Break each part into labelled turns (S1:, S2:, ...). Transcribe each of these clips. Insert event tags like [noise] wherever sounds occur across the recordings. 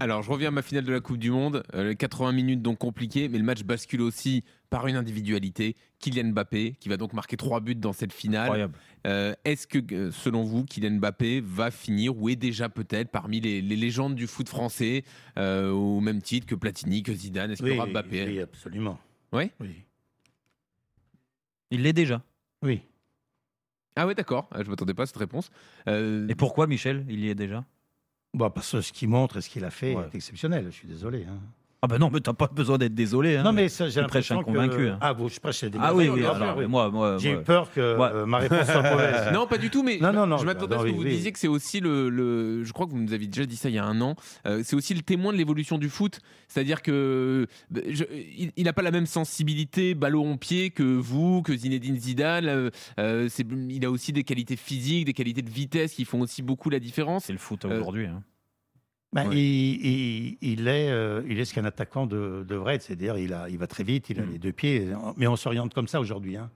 S1: Alors, je reviens à ma finale de la Coupe du Monde. Euh, les 80 minutes, donc compliquées, mais le match bascule aussi par une individualité. Kylian Mbappé, qui va donc marquer trois buts dans cette finale.
S2: Incroyable.
S1: Euh, Est-ce que, euh, selon vous, Kylian Mbappé va finir ou est déjà peut-être parmi les, les légendes du foot français, euh, au même titre que Platini, que Zidane Est-ce qu'il y aura Mbappé
S3: oui, absolument.
S1: Oui
S3: Oui.
S2: Il l'est déjà.
S3: Oui.
S1: Ah ouais, d'accord. Euh, Je m'attendais pas à cette réponse. Euh,
S2: Et pourquoi, Michel Il y est déjà
S3: Bah, parce que ce qu'il montre et ce qu'il a fait
S2: Ouais.
S3: est exceptionnel. Je suis désolé. hein.
S2: Ah ben non, mais t'as pas besoin d'être désolé. hein.
S3: non, mais ça, j'ai
S2: tu prêches
S3: l'impression que...
S2: un convaincu, hein.
S3: Ah, vous, je prêche des
S2: Ah oui, oui,
S3: bien sûr,
S2: alors,
S3: oui.
S2: moi, moi,
S3: J'ai
S2: moi-
S3: eu peur que
S2: Ouais.
S3: euh, ma réponse soit mauvaise.
S1: [laughs] Non, pas du tout, mais
S3: Non, non, non,
S1: je m'attendais à
S3: non,
S1: ce que
S3: oui,
S1: vous
S3: oui.
S1: disiez que c'est aussi le, le- Je crois que vous nous aviez déjà dit ça il y a un an. euh, c'est aussi le témoin de l'évolution du foot. C'est-à-dire que. euh, je- il n'a pas la même sensibilité ballon en pied que vous, que Zinedine Zidane. euh, euh, c'est- il a aussi des qualités physiques, des qualités de vitesse qui font aussi beaucoup la différence.
S2: C'est le foot
S1: Euh,
S2: aujourd'hui. hein.
S3: Ben,
S1: Ouais.
S3: il, il- il est, euh, il est ce qu'un attaquant de, devrait être. C'est-à-dire, il, a- il va très vite, il a
S2: Mm.
S3: les deux pieds. Mais on s'oriente comme ça aujourd'hui. hein.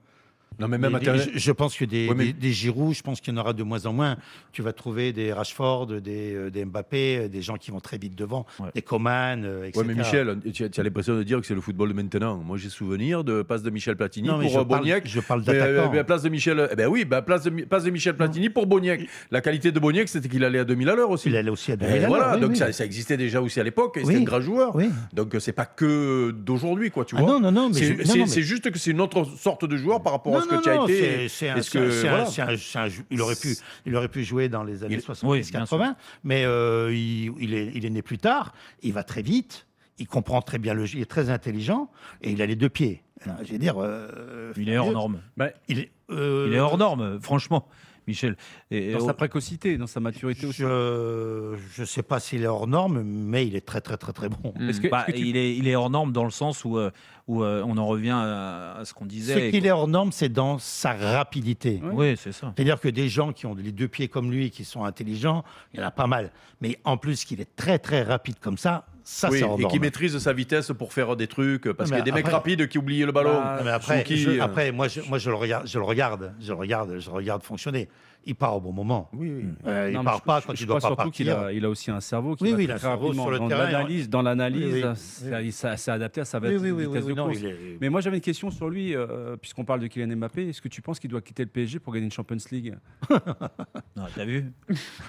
S4: Non, mais même
S3: Des- des-
S4: Internet.
S3: je, je pense que des,
S4: Ouais, mais-
S3: des, des Giroud, je pense qu'il y en aura de moins en moins. Tu vas trouver des Rashford, des, euh, des Mbappé, euh, des gens qui vont très vite devant,
S2: Ouais.
S3: des Coman, euh, etc.
S4: Ouais, mais Michel, tu as, tu as l'impression de dire que c'est le football de maintenant. Moi, j'ai souvenir de passe de Michel Platini
S3: Non, mais
S4: pour
S3: je
S4: euh,
S3: parle-
S4: Boniek.
S3: je parle
S4: Mais, euh,
S3: d'attaquant.
S4: mais à place de Michel, eh ben oui, bah, place de, Mi- passe de Michel Platini pour Boniek. La qualité de Boniek, c'était qu'il allait à 2000 à l'heure aussi.
S3: Il allait aussi à
S4: Eh,
S3: 2000 à
S4: voilà,
S3: l'heure, oui,
S4: donc
S3: oui.
S4: Ça, ça existait déjà aussi à l'époque. et
S3: Oui.
S4: C'était un grand joueur.
S3: Oui.
S4: Donc euh, c'est pas que d'aujourd'hui, quoi, tu
S3: Ah
S4: vois.
S3: non, non, non, mais
S4: c'est
S3: je- non,
S4: c'est-
S3: non, mais-
S4: c'est juste que c'est une autre sorte de joueur par rapport à
S3: Non,
S4: ce que
S3: non,
S4: tu as
S3: non,
S4: été.
S3: c'est- c'est un-
S4: Est-ce
S3: c'est
S4: que-
S3: un- c'est
S4: voilà.
S3: un- c'est un- c'est un jou- Il aurait pu, il aurait pu jouer dans les années
S4: Il-
S3: 70,
S2: oui, bien
S3: 80, mais euh, il, il est, il est né plus tard. Il va très vite. Il comprend très bien le jeu. Il est très intelligent et il a les deux pieds. Alors, je veux dire, euh,
S2: Il est hors norme.
S4: Ben,
S3: Il est, euh,
S2: Il est hors norme, franchement, Michel. Et,
S5: Dans
S2: oh,
S5: sa précocité, dans sa maturité aussi.
S3: Je ne sais pas s'il est hors norme, mais il est très très très très bon.
S1: Mm.
S5: Est-ce que-
S2: bah,
S5: est-ce que tu-
S2: il, est, il est hors norme dans le sens où, euh, où euh, on en revient à, à ce qu'on
S3: Ce
S2: disait.
S3: qu'il est hors norme, c'est dans sa rapidité.
S2: Oui, c'est ça.
S3: C'est-à-dire que des gens qui ont les deux pieds comme lui, qui sont intelligents, il y en a pas mal. Mais en plus qu'il est très très rapide comme ça, ça
S4: oui,
S3: c'est hors
S4: et qui
S3: norme.
S4: maîtrise sa vitesse pour faire des trucs. Parce
S3: Non,
S4: qu'il y a
S3: mais
S4: des mecs
S3: après-
S4: rapides qui oublient le ballon.
S5: Bah,
S3: Non, Ah, mais après,
S4: Suzuki,
S3: je-
S4: euh,
S3: après moi, je, moi je, le regarde, je le regarde, je le regarde, je le regarde fonctionner. Il part au bon moment.
S4: Oui, oui.
S3: Euh, il ne
S5: Non, mais
S3: part
S5: je-
S3: pas
S5: je-
S3: quand
S5: je
S3: il doit
S5: crois
S3: pas
S5: surtout
S3: partir.
S5: qu'il a, il a aussi un cerveau qui
S3: Oui,
S5: va
S3: oui,
S5: très
S3: il a un
S5: très
S3: cerveau
S5: rapidement.
S3: sur le
S5: dans
S3: terrain. hein.
S5: l'analyse, dans l'analyse,
S3: Oui, oui.
S5: ça- il s'est s'est adapté à sa
S3: Oui,
S5: vitesse
S3: oui, oui, oui,
S5: de
S3: non,
S5: course.
S3: il est-
S5: Mais moi j'avais une question sur lui, euh, puisqu'on parle de Kylian Mbappé. Est-ce que tu penses qu'il doit quitter le PSG pour gagner une Champions League
S2: Non, T'as
S3: [laughs]
S2: vu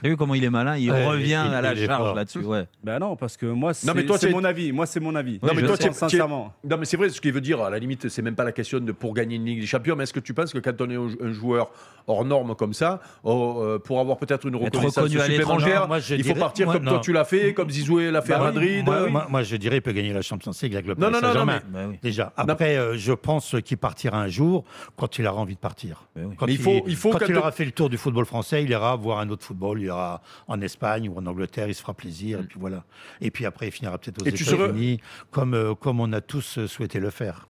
S2: T'as vu comment il est malin Il
S3: Ouais,
S2: revient
S3: il-
S2: à la
S3: il est
S2: charge
S3: fort.
S2: là-dessus. Ouais.
S5: Ben non, parce que moi c'est
S4: mais toi,
S5: c'est
S4: t'es-
S5: mon avis. Moi c'est mon avis.
S2: Non, Oui, mais je
S4: toi,
S2: sais.
S4: tu es-
S5: pense sincèrement.
S4: Non, mais c'est vrai, ce qu'il veut dire, à la limite, c'est même pas la question de pour gagner une Ligue des Champions, mais est-ce que tu penses que quand on est un un joueur hors norme comme ça, oh, euh, pour avoir peut-être une
S2: Être
S4: reconnaissance
S2: reconnu à
S4: supplémentaire,
S3: l'étranger, moi, je
S4: il faut
S3: dirais-
S4: partir
S3: moi,
S4: comme
S3: non.
S4: toi tu l'as fait, comme Zizoué l'a fait à
S3: Bah oui,
S4: Madrid
S3: Moi,
S4: euh,
S3: moi- moi, je dirais, il peut gagner la Champions League avec le
S4: Non,
S3: Paris
S4: non, non, non,
S3: Saint-Germain.
S4: mais-
S2: Bah oui.
S3: Déjà. Après, euh, je pense qu'il partira un jour quand il aura envie de partir.
S2: Ben oui.
S3: Quand
S4: Mais il faut- il faut
S3: quand
S4: qu'à
S3: il
S4: te-
S3: aura fait le tour du football français, il ira voir un autre football. Il ira en Espagne ou en Angleterre, il se fera plaisir. Et puis voilà. Et puis après, il finira peut-être aux
S4: Mm. Et tu
S3: États-Unis, comme, euh, comme on a tous euh, souhaité le faire.